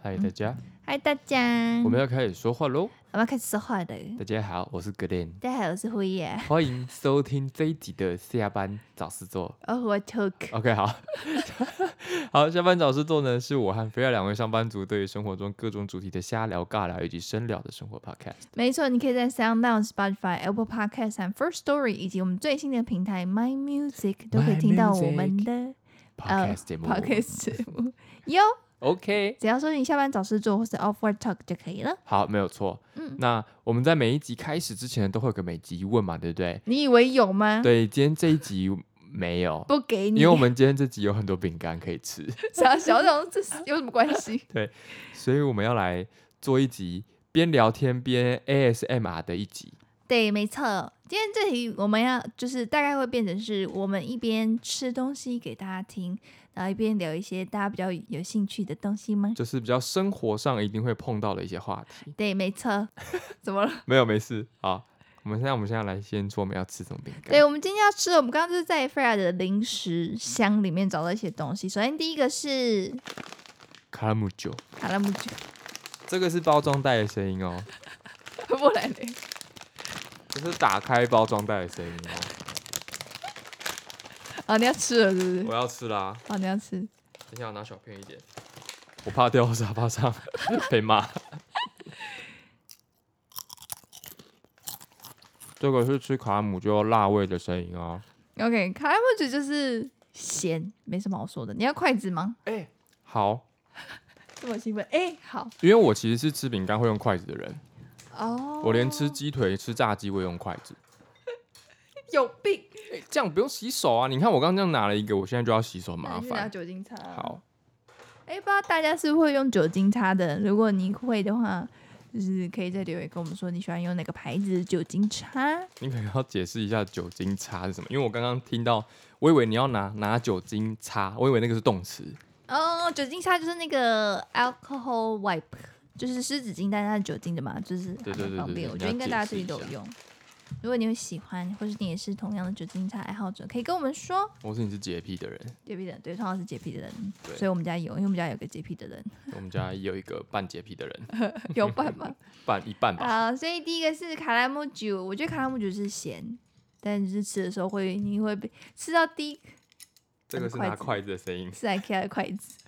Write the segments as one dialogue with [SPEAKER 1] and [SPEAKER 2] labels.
[SPEAKER 1] 嗨，
[SPEAKER 2] 嗯
[SPEAKER 1] 大家，
[SPEAKER 2] 嗨，大家，
[SPEAKER 1] 我们要开始说话喽！
[SPEAKER 2] 我们要开始说话的。
[SPEAKER 1] 大家好，我是 Glen，
[SPEAKER 2] 大家好，我是辉夜。
[SPEAKER 1] 欢迎收听这一集的下班找事做。
[SPEAKER 2] 哦，我 talk。
[SPEAKER 1] OK，好， 好，下班找事做呢，是我和菲儿两位上班族对于生活中各种主题的瞎聊、尬聊以及深聊的生活 Podcast。
[SPEAKER 2] 没错，你可以在 SoundOn、Spotify、Apple Podcast 和 First Story 以及我们最新的平台 My Music 都可以听到我们的呃
[SPEAKER 1] Podcast 节目
[SPEAKER 2] Podcast 节目哟。
[SPEAKER 1] OK，
[SPEAKER 2] 只要说你下班找事做或是 Off Work Talk 就可以了。
[SPEAKER 1] 好，没有错。
[SPEAKER 2] 嗯
[SPEAKER 1] 那我们在每一集开始之前呢，都会有个每集问嘛，对不对？
[SPEAKER 2] 你以为有吗？，
[SPEAKER 1] 对，今天这一集没有，
[SPEAKER 2] 嗯不给你。
[SPEAKER 1] 因为我们今天这集有很多饼干可以吃。
[SPEAKER 2] 小小小，这是有什么关系？
[SPEAKER 1] 所以我们要来做一集边聊天边 ASMR 的一集。
[SPEAKER 2] 对，没错。今天这题我们要就是大概会变成是我们一边吃东西给大家听，然后一边聊一些大家比较有兴趣的东西吗？
[SPEAKER 1] 就是比较生活上一定会碰到的一些话题。
[SPEAKER 2] 对，没 错。怎么了？
[SPEAKER 1] 没有，没事。好，我们现在我们现在来先说我们要吃什么饼干
[SPEAKER 2] 对，。我们今天要吃的，我们刚刚就是在 f r e 的零食箱里面找到一些东西。首先第一个是
[SPEAKER 1] 卡拉姆酒，
[SPEAKER 2] 卡拉木酒，
[SPEAKER 1] 这个是包装袋的声音哦，
[SPEAKER 2] 不然嘞，
[SPEAKER 1] 这是打开包装袋的声音哦。
[SPEAKER 2] 哦，你要吃了是不是？
[SPEAKER 1] 我要吃啦，
[SPEAKER 2] 哦，你要吃。
[SPEAKER 1] 等一下我拿小片一点，我怕掉到沙发上被骂。这个是吃卡拉姆就辣味的声音哦。
[SPEAKER 2] OK，卡拉木酒就是咸，没什么好说的。你要筷子吗？
[SPEAKER 1] 哎、好，
[SPEAKER 2] 这么兴奋？哎，好
[SPEAKER 1] 因为我其实是吃饼干会用筷子的人，
[SPEAKER 2] 哦。
[SPEAKER 1] 我连吃鸡腿、吃炸鸡会用筷子。
[SPEAKER 2] 有病。
[SPEAKER 1] 哎，这样不用洗手啊！你看我刚刚这样拿了一个，我现在就要洗手，
[SPEAKER 2] 那
[SPEAKER 1] 麻
[SPEAKER 2] 你去拿
[SPEAKER 1] 烦。
[SPEAKER 2] 酒精擦。，啊
[SPEAKER 1] 好，
[SPEAKER 2] 哎、不知道大家是会用酒精擦的，如果你会的话，就是可以在留言跟我们说你喜欢用哪个牌子的酒精擦。
[SPEAKER 1] 你可能要解释一下酒精擦是什么，因为我刚刚听到，我以为你要拿拿酒精擦，我以为那个是动词。
[SPEAKER 2] 哦，酒精擦就是那个 alcohol wipe，就是湿纸巾，但是它是酒精的嘛，就是
[SPEAKER 1] 对对
[SPEAKER 2] 还蛮
[SPEAKER 1] 对
[SPEAKER 2] 方
[SPEAKER 1] 对
[SPEAKER 2] 便。
[SPEAKER 1] 对
[SPEAKER 2] 我觉得
[SPEAKER 1] 你要
[SPEAKER 2] 应该
[SPEAKER 1] 解
[SPEAKER 2] 大家
[SPEAKER 1] 释
[SPEAKER 2] 自己
[SPEAKER 1] 一
[SPEAKER 2] 都有
[SPEAKER 1] 下
[SPEAKER 2] 用。如果你会喜欢，或是你也是同样的酒精擦爱好者，可以跟我们说。
[SPEAKER 1] 我说你是洁癖的人，
[SPEAKER 2] 洁癖的人，对，通常是洁癖的人，
[SPEAKER 1] 对
[SPEAKER 2] 所以我们家有，因为我们家有个洁癖 的人，
[SPEAKER 1] 我们家有一个半洁癖的人，
[SPEAKER 2] 有办法。
[SPEAKER 1] 半一半吧。
[SPEAKER 2] 啊，所以第一个是卡拉木酒，我觉得卡拉木酒是咸，但是吃的时候会你会被吃到第一
[SPEAKER 1] 这个是拿筷子的声音。
[SPEAKER 2] 次还可以的筷子，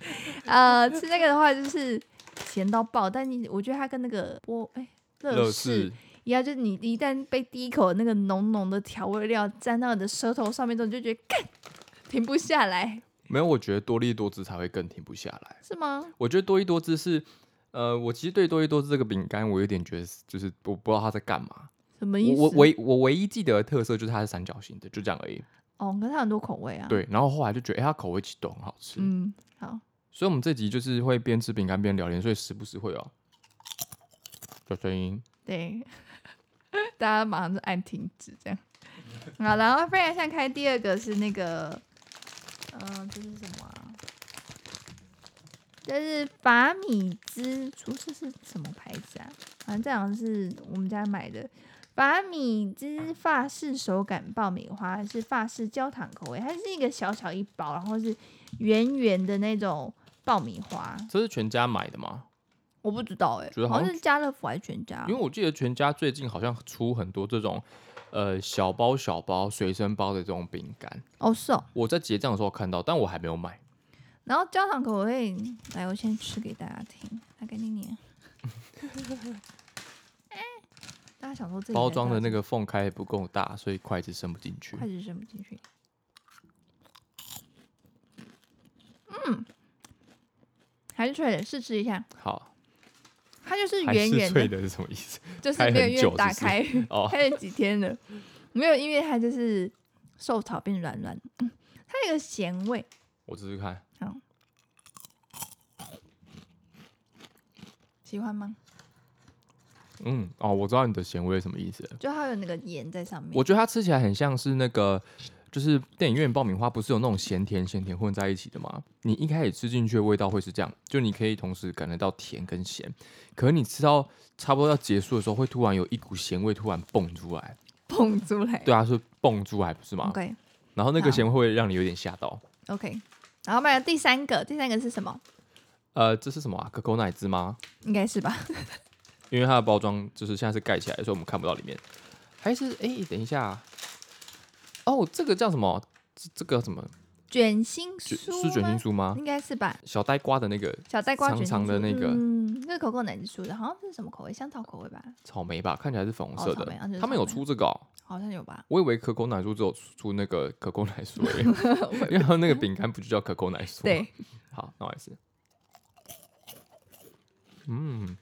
[SPEAKER 2] 呃，吃那个的话就是咸到爆，但你我觉得它跟那个波哎乐
[SPEAKER 1] 乐
[SPEAKER 2] 事
[SPEAKER 1] 事，
[SPEAKER 2] 一样，就是你一旦被第一口那个浓浓的调味料沾到你的舌头上面之后，你就觉得干停不下来，
[SPEAKER 1] 没有，我觉得多利多汁才会更停不下来。
[SPEAKER 2] 是吗？
[SPEAKER 1] 我觉得多益多汁是，呃，我其实对多益多汁这个饼干，我有点觉得是就是我不知道它在干嘛。
[SPEAKER 2] 什么意思？
[SPEAKER 1] 我我唯我唯一记得的特色就是它是三角形的，就这样而已。
[SPEAKER 2] 哦，可是它很多口味啊。，
[SPEAKER 1] 对，然后后来就觉得，哎、它口味其实都很好吃。
[SPEAKER 2] 嗯，好，
[SPEAKER 1] 所以我们这集就是会边吃饼干边聊天，所以时不时会有小声音。
[SPEAKER 2] 对， 大家马上就按停止这样。好，然后 f r e 现在开第二个是那个，嗯、这是什么啊？这是法米兹，厨师是什么牌子啊？反正这好像是我们家买的。法米兹法式手擀爆米花是法式焦糖口味，它是一个小小一包，然后是圆圆的那种爆米花。
[SPEAKER 1] 这是全家买的吗？
[SPEAKER 2] 我不知道哎、
[SPEAKER 1] 觉得好
[SPEAKER 2] 好
[SPEAKER 1] 像
[SPEAKER 2] 像是家乐福还是全家？啊
[SPEAKER 1] 因为我记得全家最近好像出很多这种呃小包小包随身包的这种饼干，
[SPEAKER 2] 哦，是哦。
[SPEAKER 1] 我在结账的时候看到，但我还没有买。
[SPEAKER 2] 然后焦糖口味，来，我先吃给大家听，来给你念。 哎大家想说这里
[SPEAKER 1] 包
[SPEAKER 2] 才
[SPEAKER 1] 装的
[SPEAKER 2] 大
[SPEAKER 1] 那个缝开不够大，所以筷子伸不进去。
[SPEAKER 2] 筷子伸不进去。嗯，嗯还是脆的，试吃一下。
[SPEAKER 1] 好，
[SPEAKER 2] 它就是
[SPEAKER 1] 还
[SPEAKER 2] 圆
[SPEAKER 1] 是
[SPEAKER 2] 圆
[SPEAKER 1] 脆
[SPEAKER 2] 的，
[SPEAKER 1] 的是什么意思？
[SPEAKER 2] 就是
[SPEAKER 1] 开
[SPEAKER 2] 没有
[SPEAKER 1] 很
[SPEAKER 2] 因
[SPEAKER 1] 久
[SPEAKER 2] 为
[SPEAKER 1] 是
[SPEAKER 2] 打
[SPEAKER 1] 不是
[SPEAKER 2] 开，
[SPEAKER 1] 哦，
[SPEAKER 2] 开了几天了，没有因为它就是受潮变软软，嗯它有一个咸味，
[SPEAKER 1] 我试试看，
[SPEAKER 2] 喜欢吗？
[SPEAKER 1] 嗯，哦，我知道你的咸味是什么意思了。
[SPEAKER 2] 就它有那个盐在上面。
[SPEAKER 1] 我觉得它吃起来很像是那个，就是电影院爆米花不是有那种咸甜咸甜混在一起的吗？你一开始吃进去的味道会是这样，就你可以同时感觉到甜跟咸，可是你吃到差不多要结束的时候，会突然有一股咸味突然蹦出来。
[SPEAKER 2] 蹦出来。
[SPEAKER 1] 对啊，啊是蹦出来不是吗？
[SPEAKER 2] OK，
[SPEAKER 1] 然后那个
[SPEAKER 2] 好
[SPEAKER 1] 咸味会让你有点吓到。
[SPEAKER 2] OK，然后买了第三个，第三个是什么？
[SPEAKER 1] 呃，这是什么啊？可口奶汁吗？
[SPEAKER 2] 应该 是吧？
[SPEAKER 1] 因为它的包装就是现在是盖起来，所以我们看不到里面。还是哎、等一下，哦，这个叫什么？这这个叫什么？
[SPEAKER 2] 卷心
[SPEAKER 1] 卷
[SPEAKER 2] 酥
[SPEAKER 1] 是卷心
[SPEAKER 2] 吗
[SPEAKER 1] 酥吗？
[SPEAKER 2] 应该是吧？
[SPEAKER 1] 小呆瓜的那个
[SPEAKER 2] 小呆瓜
[SPEAKER 1] 长
[SPEAKER 2] 卷心
[SPEAKER 1] 长的
[SPEAKER 2] 酥
[SPEAKER 1] 那个
[SPEAKER 2] 嗯，那个口口奶汁酥的，好像是什么口味？香草口味吧？
[SPEAKER 1] 草莓吧，看起来是粉红
[SPEAKER 2] 哦
[SPEAKER 1] 色
[SPEAKER 2] 草
[SPEAKER 1] 的
[SPEAKER 2] 莓啊就是。
[SPEAKER 1] 他们有
[SPEAKER 2] 草莓
[SPEAKER 1] 出这个、哦，
[SPEAKER 2] 好像有吧？
[SPEAKER 1] 我以为可口奶酥只有出出那个可口奶酥而 已，因为他们那个饼干不就叫可口奶酥？
[SPEAKER 2] 对，，
[SPEAKER 1] 好，那我来试。嗯，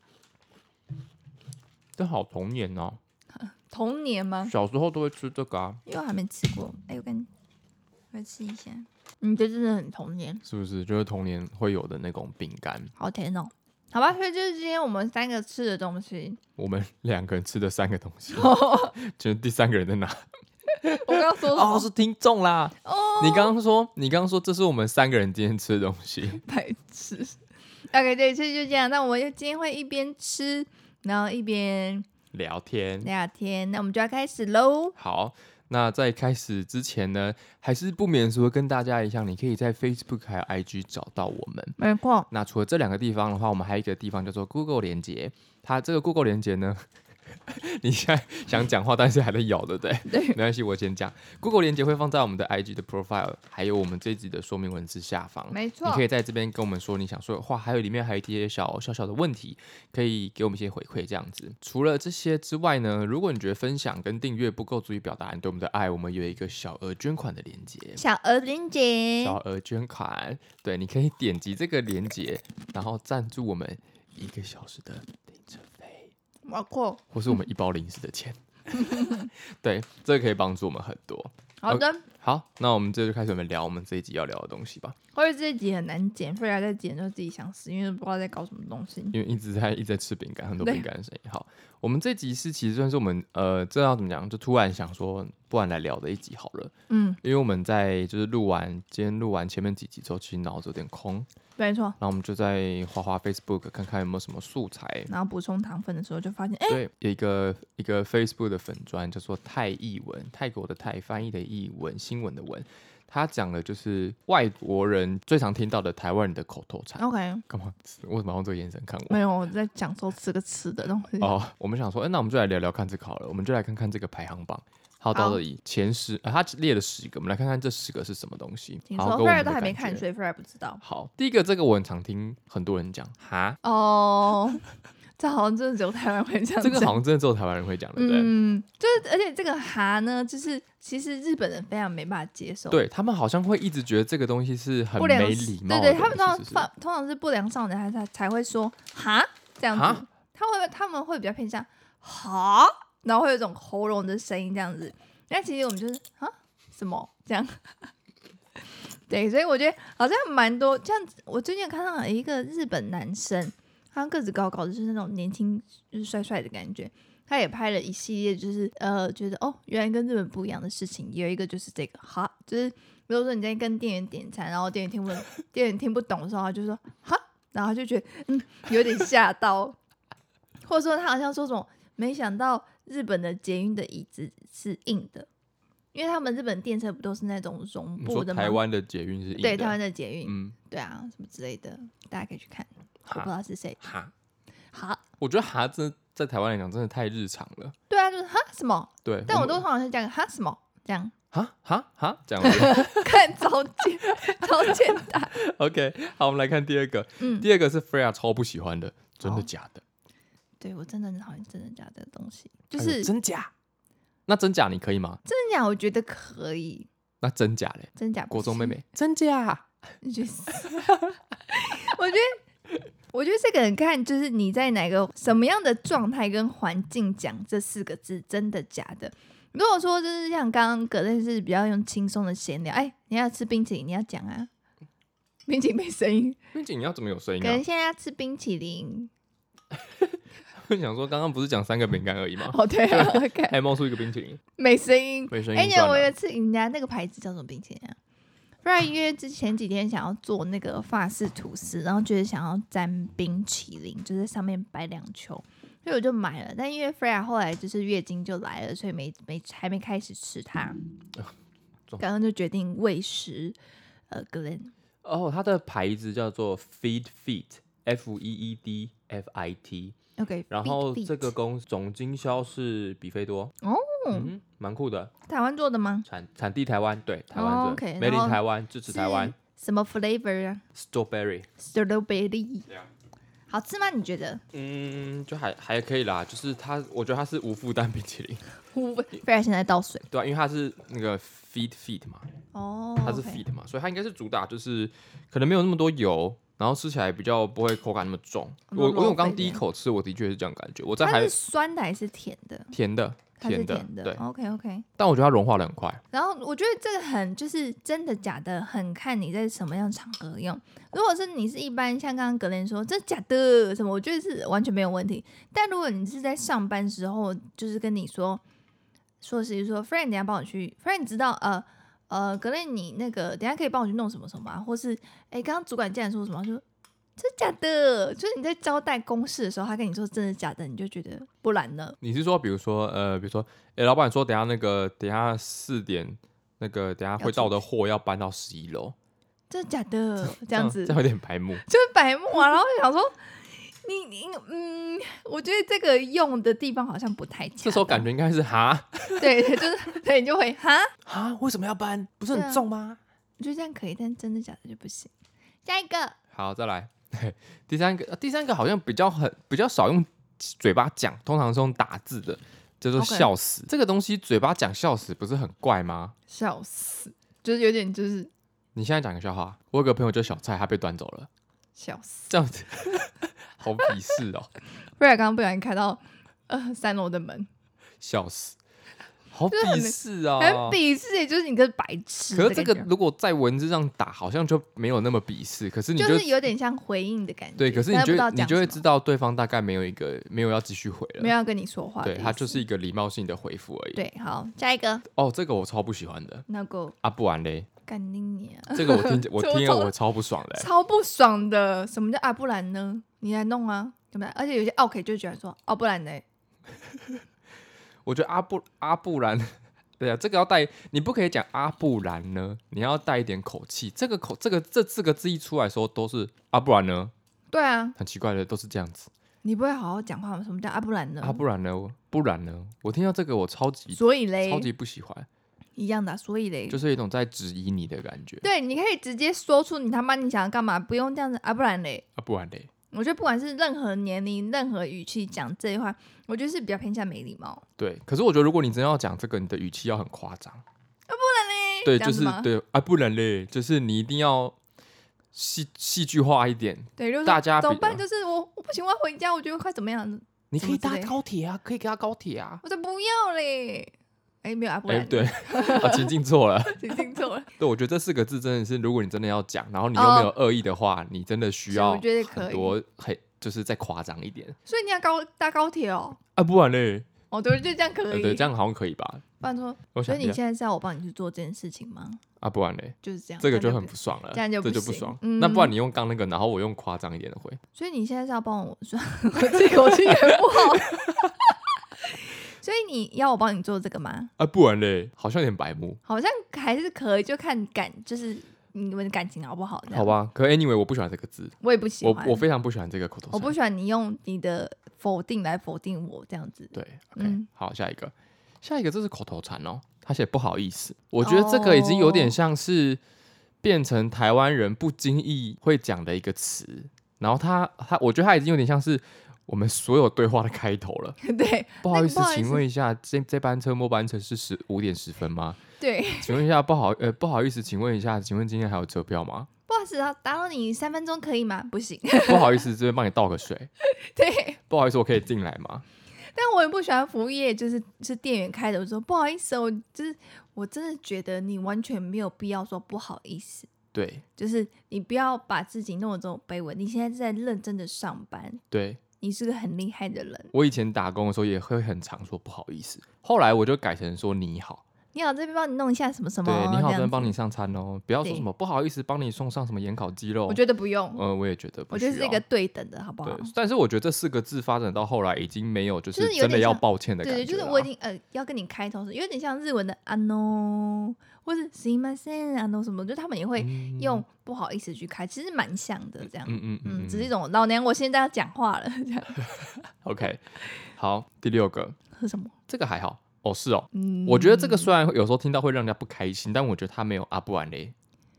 [SPEAKER 1] 这好童年哦，
[SPEAKER 2] 童年吗？
[SPEAKER 1] 小时候都会吃这个啊，
[SPEAKER 2] 因为我还没吃过。哎，我跟你，我来吃一下。嗯，这真的很童年，
[SPEAKER 1] 是不是？就是童年会有的那种饼干。
[SPEAKER 2] 好甜哦。好吧，所以就是今天我们三个吃的东西。
[SPEAKER 1] 我们两个人吃的三个东西，就是第三个人在哪？
[SPEAKER 2] 我刚刚说什么
[SPEAKER 1] 哦，是听众啦。
[SPEAKER 2] 哦，
[SPEAKER 1] 你刚刚说，你刚刚说这是我们三个人今天吃的东西，
[SPEAKER 2] 白痴。OK，对，所以就这样。那我们就今天会一边吃，然后一边
[SPEAKER 1] 聊天。
[SPEAKER 2] 聊天。那我们就要开始喽。
[SPEAKER 1] 好，那在开始之前呢，还是不免俗地跟大家一样，你可以在 Facebook 还有 IG 找到我们。
[SPEAKER 2] 没错，
[SPEAKER 1] 那除了这两个地方的话，我们还有一个地方叫做 Google 连接。它这个 Google 连接呢， 你现在想讲话，但是还在咬，对不对？
[SPEAKER 2] 对
[SPEAKER 1] 没关系，我先讲。Google 连接会放在我们的 IG 的 profile，还有我们这集的说明文字下方。
[SPEAKER 2] 没错
[SPEAKER 1] 你可以在这边跟我们说你想说的话，还有里面还有一些小小小的问题，可以给我们一些回馈这样子。除了这些之外呢，如果你觉得分享跟订阅不够足以表达你对我们的爱，我们有一个小额捐款的连接。
[SPEAKER 2] 小鹅玲姐
[SPEAKER 1] 小，额捐款，对，你可以点击这个链接，然后赞助我们一个小时的停车费，
[SPEAKER 2] 没错。
[SPEAKER 1] 或是我们一包零食的钱。 对，这个可以帮助我们很多。
[SPEAKER 2] 好的，
[SPEAKER 1] 好，那我们这就开始我们聊我们这一集要聊的东西吧，
[SPEAKER 2] 或者这一集很难剪，所以在剪就自己想死，因为不知道在搞什么东西。
[SPEAKER 1] 因为一直在一直在吃饼干，很多
[SPEAKER 2] 对
[SPEAKER 1] 饼干的声音。好，我们这集是其实算是我们呃，这要怎么讲？就突然想说，不然来聊的一集好了，
[SPEAKER 2] 嗯，
[SPEAKER 1] 因为我们在就是录完今天录完前面几集之后，其实脑子有点空，
[SPEAKER 2] 没错。
[SPEAKER 1] 然后我们就在花花 Facebook 看看有没有什么素材
[SPEAKER 2] 然后补充糖分的时候就发现，哎、
[SPEAKER 1] 对，有一个一个 Facebook 的粉砖叫做泰译文，泰国的泰翻译的译文，新闻的文。他讲的就是外国人最常听到的台湾人的口头禅。
[SPEAKER 2] o k
[SPEAKER 1] 干嘛？为什么要用这个眼神看我
[SPEAKER 2] 哦没？有，我在享受吃个吃的东西。
[SPEAKER 1] 哦，我们想说，哎、那我们就来聊聊看这个好了，我们就来看看这个排行榜。好，到
[SPEAKER 2] 好
[SPEAKER 1] 这里前十，呃，他列了十个，我们来看看这十个是什么东西。
[SPEAKER 2] 听
[SPEAKER 1] 好，
[SPEAKER 2] 说
[SPEAKER 1] 跟
[SPEAKER 2] 菲
[SPEAKER 1] 我
[SPEAKER 2] 儿
[SPEAKER 1] 们
[SPEAKER 2] 都
[SPEAKER 1] 的
[SPEAKER 2] 还没
[SPEAKER 1] 感
[SPEAKER 2] 看，
[SPEAKER 1] 觉
[SPEAKER 2] 所以菲儿不知道。
[SPEAKER 1] 好，第一个这个我很常听很多人讲，哈，
[SPEAKER 2] 哦， 这好像真的只有台湾会 这样
[SPEAKER 1] 这个
[SPEAKER 2] 讲
[SPEAKER 1] 好像真的只有台湾人会讲，对不对？
[SPEAKER 2] 嗯，就是而且这个哈呢，就是其实日本人非常没办法接受，，
[SPEAKER 1] 对他们好像会一直觉得这个东西是很
[SPEAKER 2] 不良
[SPEAKER 1] 没礼貌
[SPEAKER 2] 对
[SPEAKER 1] 的
[SPEAKER 2] 对，他们通
[SPEAKER 1] 东西
[SPEAKER 2] 常
[SPEAKER 1] 是不是
[SPEAKER 2] 放通常是不良少年还才才会说哈这样子
[SPEAKER 1] 哈，
[SPEAKER 2] 他会他们会比较偏向哈，然后会有一种喉咙的声音这样子，但其实我们就是啊什么这样。 对，所以我觉得好像蛮多，像我最近有看到一个日本男生，好像个子高高的，就是那种年轻就是帅帅的感觉。他也拍了一系列，就是呃，觉得哦，原来跟日本不一样的事情。有一个就是这个，哈，就是比如说你在跟店员点餐，然后店员听不店员听不懂的时候，他就说哈，然后他就觉得嗯，有点吓到， 或者说他好像说什么，没想到日本的捷运的椅子是硬的，因为他们日本电车不都是那种绒
[SPEAKER 1] 你
[SPEAKER 2] 布
[SPEAKER 1] 说
[SPEAKER 2] 的吗？
[SPEAKER 1] 台湾的捷运是硬的
[SPEAKER 2] 对台湾的捷运，
[SPEAKER 1] 嗯，
[SPEAKER 2] 对啊，什么之类的，大家可以去看。我不知
[SPEAKER 1] 哈
[SPEAKER 2] 道是谁。
[SPEAKER 1] 哈，
[SPEAKER 2] 好，
[SPEAKER 1] 我觉得哈真在台湾来讲真的太日常了。
[SPEAKER 2] 对啊，就是哈什么，
[SPEAKER 1] 对，
[SPEAKER 2] 但我
[SPEAKER 1] 们
[SPEAKER 2] 都通常是这样哈什么这样，
[SPEAKER 1] 哈哈哈这样子。
[SPEAKER 2] 看超简超简单。
[SPEAKER 1] OK，好，我们来看第二个，
[SPEAKER 2] 嗯，哦
[SPEAKER 1] 第二个是 Freya 超不喜欢的，真的
[SPEAKER 2] 好
[SPEAKER 1] 假的？
[SPEAKER 2] 对我真的很讨厌真的假的东西，就
[SPEAKER 1] 哎呦
[SPEAKER 2] 是真
[SPEAKER 1] 真假。那真假你可以吗？
[SPEAKER 2] 的假我觉得可以，
[SPEAKER 1] 那真假嘞？
[SPEAKER 2] 真假不
[SPEAKER 1] 国中妹
[SPEAKER 2] 行，
[SPEAKER 1] 妹，真假？
[SPEAKER 2] 你去死我觉得。我觉得这个很看，就是你在哪个什么样的状态跟环境讲这四个字，真的假的？如果说就是像刚刚葛但是比较用轻松的闲聊，哎、你要吃冰淇淋，你要讲啊， 冰淇淋没声音，
[SPEAKER 1] 冰姐，你要怎么有声音
[SPEAKER 2] 可
[SPEAKER 1] 啊
[SPEAKER 2] 能？现在要吃冰淇淋。
[SPEAKER 1] 我想说，刚刚不是讲三个饼干而已吗？
[SPEAKER 2] 哦，对 啊，OK，
[SPEAKER 1] 还冒出一个冰淇淋，
[SPEAKER 2] 没声音。
[SPEAKER 1] 没声音
[SPEAKER 2] 哎，你
[SPEAKER 1] 算
[SPEAKER 2] 我有
[SPEAKER 1] 了
[SPEAKER 2] 一次人家那个牌子叫什么冰淇淋啊？不然因为之前几天想要做那个法式吐司，然后觉得想要沾冰淇淋，就是上面摆两球，所以我就买了。但因为 Freya 后来就是月经就来了，所以没没还 没开始吃它。
[SPEAKER 1] 中
[SPEAKER 2] 刚刚就决定喂食呃 Glen，
[SPEAKER 1] 哦，它的牌子叫做 Feed Feet，F E E D F I T，
[SPEAKER 2] OK，
[SPEAKER 1] 然
[SPEAKER 2] Big
[SPEAKER 1] 后
[SPEAKER 2] Feet
[SPEAKER 1] 这个公总经销是比菲多，
[SPEAKER 2] 哦
[SPEAKER 1] 嗯哼，蛮酷的，
[SPEAKER 2] 台湾做的吗？
[SPEAKER 1] 产产地台湾，对，台
[SPEAKER 2] 哦
[SPEAKER 1] 湾
[SPEAKER 2] ，OK，
[SPEAKER 1] 的，梅林
[SPEAKER 2] 然后
[SPEAKER 1] 台湾，支持台湾
[SPEAKER 2] 是什么 flavor 啊
[SPEAKER 1] ，Strawberry，
[SPEAKER 2] ？Strawberry，
[SPEAKER 1] 对啊
[SPEAKER 2] 好吃吗？你 觉得？
[SPEAKER 1] 嗯，就还还可以啦，就是它，我觉得它是无负担冰淇淋，
[SPEAKER 2] 菲尔现在倒水
[SPEAKER 1] 对啊，因为它是那个 Feed Feet 嘛，
[SPEAKER 2] 哦，
[SPEAKER 1] 它是
[SPEAKER 2] OK
[SPEAKER 1] feed 嘛，所以它应该是主打就是可能没有那么多油，然后吃起来比较不会口感那么重。
[SPEAKER 2] 那
[SPEAKER 1] 我
[SPEAKER 2] 么
[SPEAKER 1] 我因为我
[SPEAKER 2] 肉
[SPEAKER 1] 刚
[SPEAKER 2] 肥
[SPEAKER 1] 第一
[SPEAKER 2] 的
[SPEAKER 1] 口吃，我的确是这样感觉。我在
[SPEAKER 2] 它
[SPEAKER 1] 还
[SPEAKER 2] 是酸的还是甜的？
[SPEAKER 1] 甜的
[SPEAKER 2] 它是
[SPEAKER 1] 的
[SPEAKER 2] 甜的哦
[SPEAKER 1] 对，
[SPEAKER 2] ，OK OK。
[SPEAKER 1] 但我觉得它融化的很快。
[SPEAKER 2] 然后我觉得这个很就是真的假的，很看你在什么样场合用。如果是你是一般像刚刚格林说这假的什么，我觉得是完全没有问题。但如果你是在上班时候，就是跟你说说是说 friend，等一下帮我去，friend 你知道呃呃格林你那个等一下可以帮我去弄什么什么、啊，或是哎刚刚主管竟然说什么，就这假的，就是你在交代公事的时候，他跟你说真的假的，你就觉得不然呢？
[SPEAKER 1] 你是说，比如说，呃，比如说，诶，老板说等一下那个等一下四点那个等一下会
[SPEAKER 2] 出
[SPEAKER 1] 到的货要搬到十一楼，
[SPEAKER 2] 真的假的？这样子
[SPEAKER 1] 这样有点白 目。
[SPEAKER 2] 就是白目啊，然后就想说。你你嗯，我觉得这个用的地方好像不太恰当。
[SPEAKER 1] 这时候感觉应该是 哈
[SPEAKER 2] 对，就是 对，你就会哈，
[SPEAKER 1] 哈，为什么要搬？不是
[SPEAKER 2] 对啊
[SPEAKER 1] 很重吗？
[SPEAKER 2] 我觉得这样可以，但真的假的就不行。下一个，
[SPEAKER 1] 好，再来第三个，呃第三个好像比较很比较少用嘴巴讲，通常是用打字的，叫做
[SPEAKER 2] OK
[SPEAKER 1] 笑死。这个东西嘴巴讲笑死不是很怪吗？
[SPEAKER 2] 笑死，就是有点就是
[SPEAKER 1] 你现在讲个笑话，我有个朋友叫小蔡，他被端走了，
[SPEAKER 2] 笑死。
[SPEAKER 1] 这样子 好鄙视哦，
[SPEAKER 2] 不然刚刚不小心开到呃三楼的门，
[SPEAKER 1] 笑死，好
[SPEAKER 2] 就是很
[SPEAKER 1] 鄙视哦，
[SPEAKER 2] 很哎鄙视，也就是你个白痴
[SPEAKER 1] 可
[SPEAKER 2] 的感
[SPEAKER 1] 是这
[SPEAKER 2] 觉。
[SPEAKER 1] 个如果在文字上打，好像就没有那么鄙视，可是你
[SPEAKER 2] 就是有点像回应的感觉。
[SPEAKER 1] 对，可是你
[SPEAKER 2] 但
[SPEAKER 1] 就
[SPEAKER 2] 不知道
[SPEAKER 1] 会你
[SPEAKER 2] 讲
[SPEAKER 1] 就会
[SPEAKER 2] 什么
[SPEAKER 1] 知道对方大概没有一个没有要继续回了，
[SPEAKER 2] 没有要跟你说话的意
[SPEAKER 1] 对
[SPEAKER 2] 思。
[SPEAKER 1] 他就是一个礼貌性的回复而已。
[SPEAKER 2] 对。好，下一个，
[SPEAKER 1] 哦，这个我超不喜欢的
[SPEAKER 2] 那个
[SPEAKER 1] 啊！不然嘞，
[SPEAKER 2] 干你你啊！
[SPEAKER 1] 这个我 听我
[SPEAKER 2] 这我
[SPEAKER 1] 听
[SPEAKER 2] 超
[SPEAKER 1] 了我超不爽的欸、
[SPEAKER 2] 超不爽的。什么叫啊不然呢？你来弄啊，对不对？而且有些 OK 就喜欢说哦不然呢，
[SPEAKER 1] 我觉得阿啊布阿布然， 对啊，这个要带，你不可以讲阿布然呢，你要带一点口气。这个口这个这四个字一出来的时候都是阿不然呢，
[SPEAKER 2] 对啊，
[SPEAKER 1] 很奇怪的，都是这样子。
[SPEAKER 2] 你不会好好讲话吗？什么叫啊不然呢？
[SPEAKER 1] 阿不然呢，不然呢，我听到这个我超级
[SPEAKER 2] 所以嘞
[SPEAKER 1] 超，级不喜欢，
[SPEAKER 2] 一样的啊、所以嘞，
[SPEAKER 1] 就是有一种在质疑你的感觉。
[SPEAKER 2] 对，你可以直接说出你他妈你想要干嘛，不用这样子啊不然嘞。
[SPEAKER 1] 啊不然嘞，
[SPEAKER 2] 我觉得不管是任何年龄、任何语气讲这句话，我觉得是比较偏向没礼貌。
[SPEAKER 1] 对。可是我觉得如果你真要讲这个，你的语气要很夸张。
[SPEAKER 2] 啊嘞
[SPEAKER 1] 对，就
[SPEAKER 2] 这样子
[SPEAKER 1] 是
[SPEAKER 2] 吗
[SPEAKER 1] 对啊，不然嘞，就是你一定要戏戏剧化一点。
[SPEAKER 2] 对，就是说
[SPEAKER 1] 大家比
[SPEAKER 2] 怎么办？
[SPEAKER 1] 较
[SPEAKER 2] 就是我我不行，我要回家，我觉得快怎么样？
[SPEAKER 1] 你
[SPEAKER 2] 什么之类
[SPEAKER 1] 高铁啊，可以搭高铁啊。
[SPEAKER 2] 我说不要嘞。哎，没有啊， 不
[SPEAKER 1] 哎、
[SPEAKER 2] 然呢
[SPEAKER 1] 对，， 啊，情境错了。
[SPEAKER 2] 你听错了。
[SPEAKER 1] 对，我觉得这四个字真的是，如果你真的要讲，然后你又没有恶意的话，你真的需要
[SPEAKER 2] 哦我觉得可
[SPEAKER 1] 很
[SPEAKER 2] 以
[SPEAKER 1] 多很就是再夸张一点
[SPEAKER 2] 所以你要高搭高铁哦。
[SPEAKER 1] 啊，不然嘞，
[SPEAKER 2] 哦，对，就这样可
[SPEAKER 1] 呃
[SPEAKER 2] 以。
[SPEAKER 1] 对，这样好像可以吧？
[SPEAKER 2] 不然说，
[SPEAKER 1] 我
[SPEAKER 2] 所
[SPEAKER 1] 想
[SPEAKER 2] 以
[SPEAKER 1] 一
[SPEAKER 2] 你
[SPEAKER 1] 下
[SPEAKER 2] 现在是要我帮你去做这件事情吗？
[SPEAKER 1] 啊，不然嘞，
[SPEAKER 2] 就是这样，
[SPEAKER 1] 这个
[SPEAKER 2] 这
[SPEAKER 1] 就
[SPEAKER 2] 样
[SPEAKER 1] 很
[SPEAKER 2] 不
[SPEAKER 1] 不爽了，
[SPEAKER 2] 这样就
[SPEAKER 1] 这
[SPEAKER 2] 不
[SPEAKER 1] 就不
[SPEAKER 2] 行
[SPEAKER 1] 爽。
[SPEAKER 2] 嗯
[SPEAKER 1] 那不然你用刚那个，然后我用夸张一点的回，
[SPEAKER 2] 所以你现在是要帮我说，我 这口气也不好。所以你要我帮你做这个吗？
[SPEAKER 1] 啊，不然嘞，好像有点白目。
[SPEAKER 2] 好像还是可以，就看感，就是你们的感情好不好？这样
[SPEAKER 1] 好，吧，可 anyway，我不喜欢这个字，
[SPEAKER 2] 我也不喜
[SPEAKER 1] 我
[SPEAKER 2] 欢，
[SPEAKER 1] 我非常不喜欢这个口头
[SPEAKER 2] 我
[SPEAKER 1] 禅。
[SPEAKER 2] 不喜欢你用你的否定来否定我这样子。
[SPEAKER 1] 对，OK，、
[SPEAKER 2] 嗯
[SPEAKER 1] 好，下一个，下一个这是口头禅哦，他写不好意思，我觉得这个已经有
[SPEAKER 2] 哦
[SPEAKER 1] 点像是变成台湾人不经意会讲的一个词，然后他他，我觉得他已经有点像是我们所有对话的开头了。
[SPEAKER 2] 对
[SPEAKER 1] 不好意
[SPEAKER 2] 不
[SPEAKER 1] 思
[SPEAKER 2] 好意，思
[SPEAKER 1] 请问一下，这这班车末班车是十五点十分吗？
[SPEAKER 2] 对，
[SPEAKER 1] 请问一下，不好呃不好意思，请问一下，请问今天还有车票吗？
[SPEAKER 2] 不好意思啊，打扰你三分钟可以吗？不行，
[SPEAKER 1] 不好意思，这边帮你倒个水。
[SPEAKER 2] 对。
[SPEAKER 1] 不好意思，我可以进来吗？
[SPEAKER 2] 但我也不喜欢服务业，就是是店员开的，我说不好意思哦，我就是我真的觉得你完全没有必要说不好意思，
[SPEAKER 1] 对
[SPEAKER 2] 就是你不要把自己弄得这种卑微。你现在是在认真的上班，
[SPEAKER 1] 对，
[SPEAKER 2] 你是个很厉害的人。
[SPEAKER 1] 我以前打工的时候也会很常说不好意思，后来我就改成说你好，
[SPEAKER 2] 你好，这边帮你弄一下什么什么。哦
[SPEAKER 1] 对，你好，
[SPEAKER 2] 这
[SPEAKER 1] 真
[SPEAKER 2] 样
[SPEAKER 1] 帮
[SPEAKER 2] 子。
[SPEAKER 1] 你上餐哦，不要说
[SPEAKER 2] 对
[SPEAKER 1] 什么不好意思，帮你送上什么盐烤鸡肉。
[SPEAKER 2] 我觉得不用，
[SPEAKER 1] 呃，我也觉得不
[SPEAKER 2] 我
[SPEAKER 1] 需
[SPEAKER 2] 觉
[SPEAKER 1] 要，
[SPEAKER 2] 得是一个对等的，好不好
[SPEAKER 1] 对？，但是我觉得这四个字发展到后来已经没有，就是
[SPEAKER 2] 就是有
[SPEAKER 1] 真的
[SPEAKER 2] 点
[SPEAKER 1] 要
[SPEAKER 2] 像
[SPEAKER 1] 抱歉的感觉
[SPEAKER 2] 对，
[SPEAKER 1] 啦。
[SPEAKER 2] 就是我已经呃要跟你开头是有点像日文的啊 no，或是 s i m a s e n 啊 no 什么，就他们也会
[SPEAKER 1] 嗯
[SPEAKER 2] 用不好意思去开，其实蛮像的这样。
[SPEAKER 1] 嗯嗯嗯
[SPEAKER 2] 嗯，
[SPEAKER 1] 嗯，
[SPEAKER 2] 只是一种老娘我现在要讲话了， 这样
[SPEAKER 1] OK。好，第六个，
[SPEAKER 2] 是什么？
[SPEAKER 1] 这个还好哦，是哦，
[SPEAKER 2] 嗯，
[SPEAKER 1] 我觉得这个虽然有时候听到会让人家不开心，但我觉得他没有阿布安嘞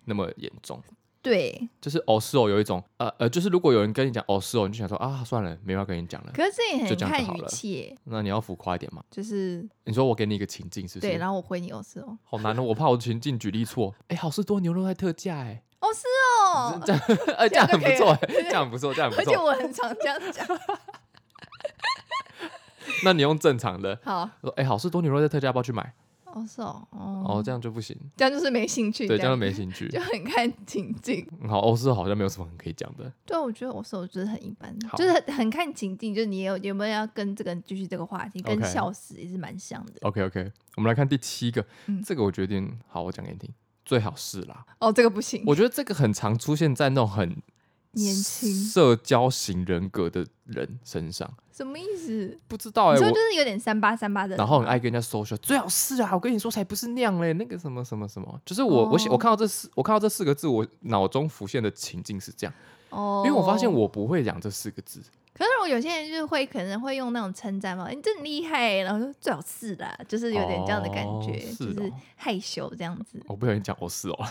[SPEAKER 1] 那么严重。
[SPEAKER 2] 对，
[SPEAKER 1] 就是哦是哦，有一种呃呃，就是如果有人跟你讲哦是哦，你就想说啊算了，没话跟你讲了。
[SPEAKER 2] 可是这也
[SPEAKER 1] 就
[SPEAKER 2] 很
[SPEAKER 1] 这样就
[SPEAKER 2] 看
[SPEAKER 1] 好
[SPEAKER 2] 语
[SPEAKER 1] 了
[SPEAKER 2] 气耶，
[SPEAKER 1] 那你要浮夸一点嘛？
[SPEAKER 2] 就是
[SPEAKER 1] 你说我给你一个情境，是不
[SPEAKER 2] 对，
[SPEAKER 1] 是？
[SPEAKER 2] 然后我回你哦是哦，
[SPEAKER 1] 好难哦，我怕我情境举例错。哎，好事多牛肉在特价哎，
[SPEAKER 2] 哦是哦，
[SPEAKER 1] 这样哎这样很不错哎，这样很不错，这样很
[SPEAKER 2] 而
[SPEAKER 1] 不
[SPEAKER 2] 且
[SPEAKER 1] 错。
[SPEAKER 2] 我很常这样讲。
[SPEAKER 1] 那你用正常的
[SPEAKER 2] 好，
[SPEAKER 1] 说，哎，好事多牛肉在特价，要不要去买？
[SPEAKER 2] 哦是哦，
[SPEAKER 1] 哦，
[SPEAKER 2] 哦，
[SPEAKER 1] 这样就不行，
[SPEAKER 2] 这样就是没兴趣，
[SPEAKER 1] 对，这
[SPEAKER 2] 这
[SPEAKER 1] 样就
[SPEAKER 2] 样
[SPEAKER 1] 没兴趣
[SPEAKER 2] 就。很看情境。
[SPEAKER 1] 嗯好，哦是哦好像没有什么很可以讲的。
[SPEAKER 2] 对，啊我觉得我手就是很一般，
[SPEAKER 1] 好
[SPEAKER 2] 就是很很看情境，就是你有有没有要跟这个人继续这个话题，跟
[SPEAKER 1] OK
[SPEAKER 2] 笑死也是蛮像的。
[SPEAKER 1] OK OK，我们来看第七个，
[SPEAKER 2] 嗯
[SPEAKER 1] 这个我决定好，我讲给你听，最好是啦。
[SPEAKER 2] 哦，这个不行，
[SPEAKER 1] 我觉得这个很常出现在那种很
[SPEAKER 2] 年轻
[SPEAKER 1] 社交型人格的人身上，
[SPEAKER 2] 什么意思？
[SPEAKER 1] 不知道哎、
[SPEAKER 2] 你说
[SPEAKER 1] 我
[SPEAKER 2] 就是有点三八三八的人吗，
[SPEAKER 1] 然后很爱跟人家 social，最好是啊，我跟你说才不是那样嘞，那个什么什么什么，就是我、我写
[SPEAKER 2] 哦
[SPEAKER 1] 我看到这四我看到这四个字，我脑中浮现的情境是这样，
[SPEAKER 2] 哦，
[SPEAKER 1] 因为我发现我不会讲这四个字，
[SPEAKER 2] 可是我有些人就是会可能会用那种称赞嘛，你真厉害欸，然后说最好是啦，就是有点这样的感
[SPEAKER 1] 哦
[SPEAKER 2] 觉，
[SPEAKER 1] 是
[SPEAKER 2] 就
[SPEAKER 1] 哦
[SPEAKER 2] 是害羞这样子。
[SPEAKER 1] 我不小心讲我是 哦，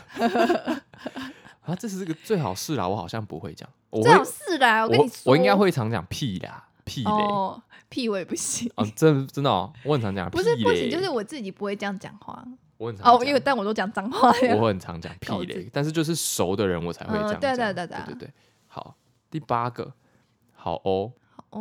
[SPEAKER 1] 啊，这是个最好是啦，我好像不会讲，我
[SPEAKER 2] 最
[SPEAKER 1] 会
[SPEAKER 2] 好是啦，哦跟你
[SPEAKER 1] 我
[SPEAKER 2] 说，
[SPEAKER 1] 我应该会常讲屁啦，屁嘞，哦、
[SPEAKER 2] 哦，屁我也不行，
[SPEAKER 1] 真真的哦，我很常讲屁
[SPEAKER 2] 不
[SPEAKER 1] 嘞，
[SPEAKER 2] 是不行，就是我自己不会这样讲话
[SPEAKER 1] 我很常
[SPEAKER 2] 哦，
[SPEAKER 1] 讲
[SPEAKER 2] 因为但我都讲脏话呀。
[SPEAKER 1] 我很常讲屁
[SPEAKER 2] 搞自
[SPEAKER 1] 嘞
[SPEAKER 2] 己，
[SPEAKER 1] 但是就是熟的人我才会这样
[SPEAKER 2] 嗯
[SPEAKER 1] 讲、
[SPEAKER 2] 对对
[SPEAKER 1] 对
[SPEAKER 2] 对对啊
[SPEAKER 1] 对好，第八个，好哦，
[SPEAKER 2] 哦，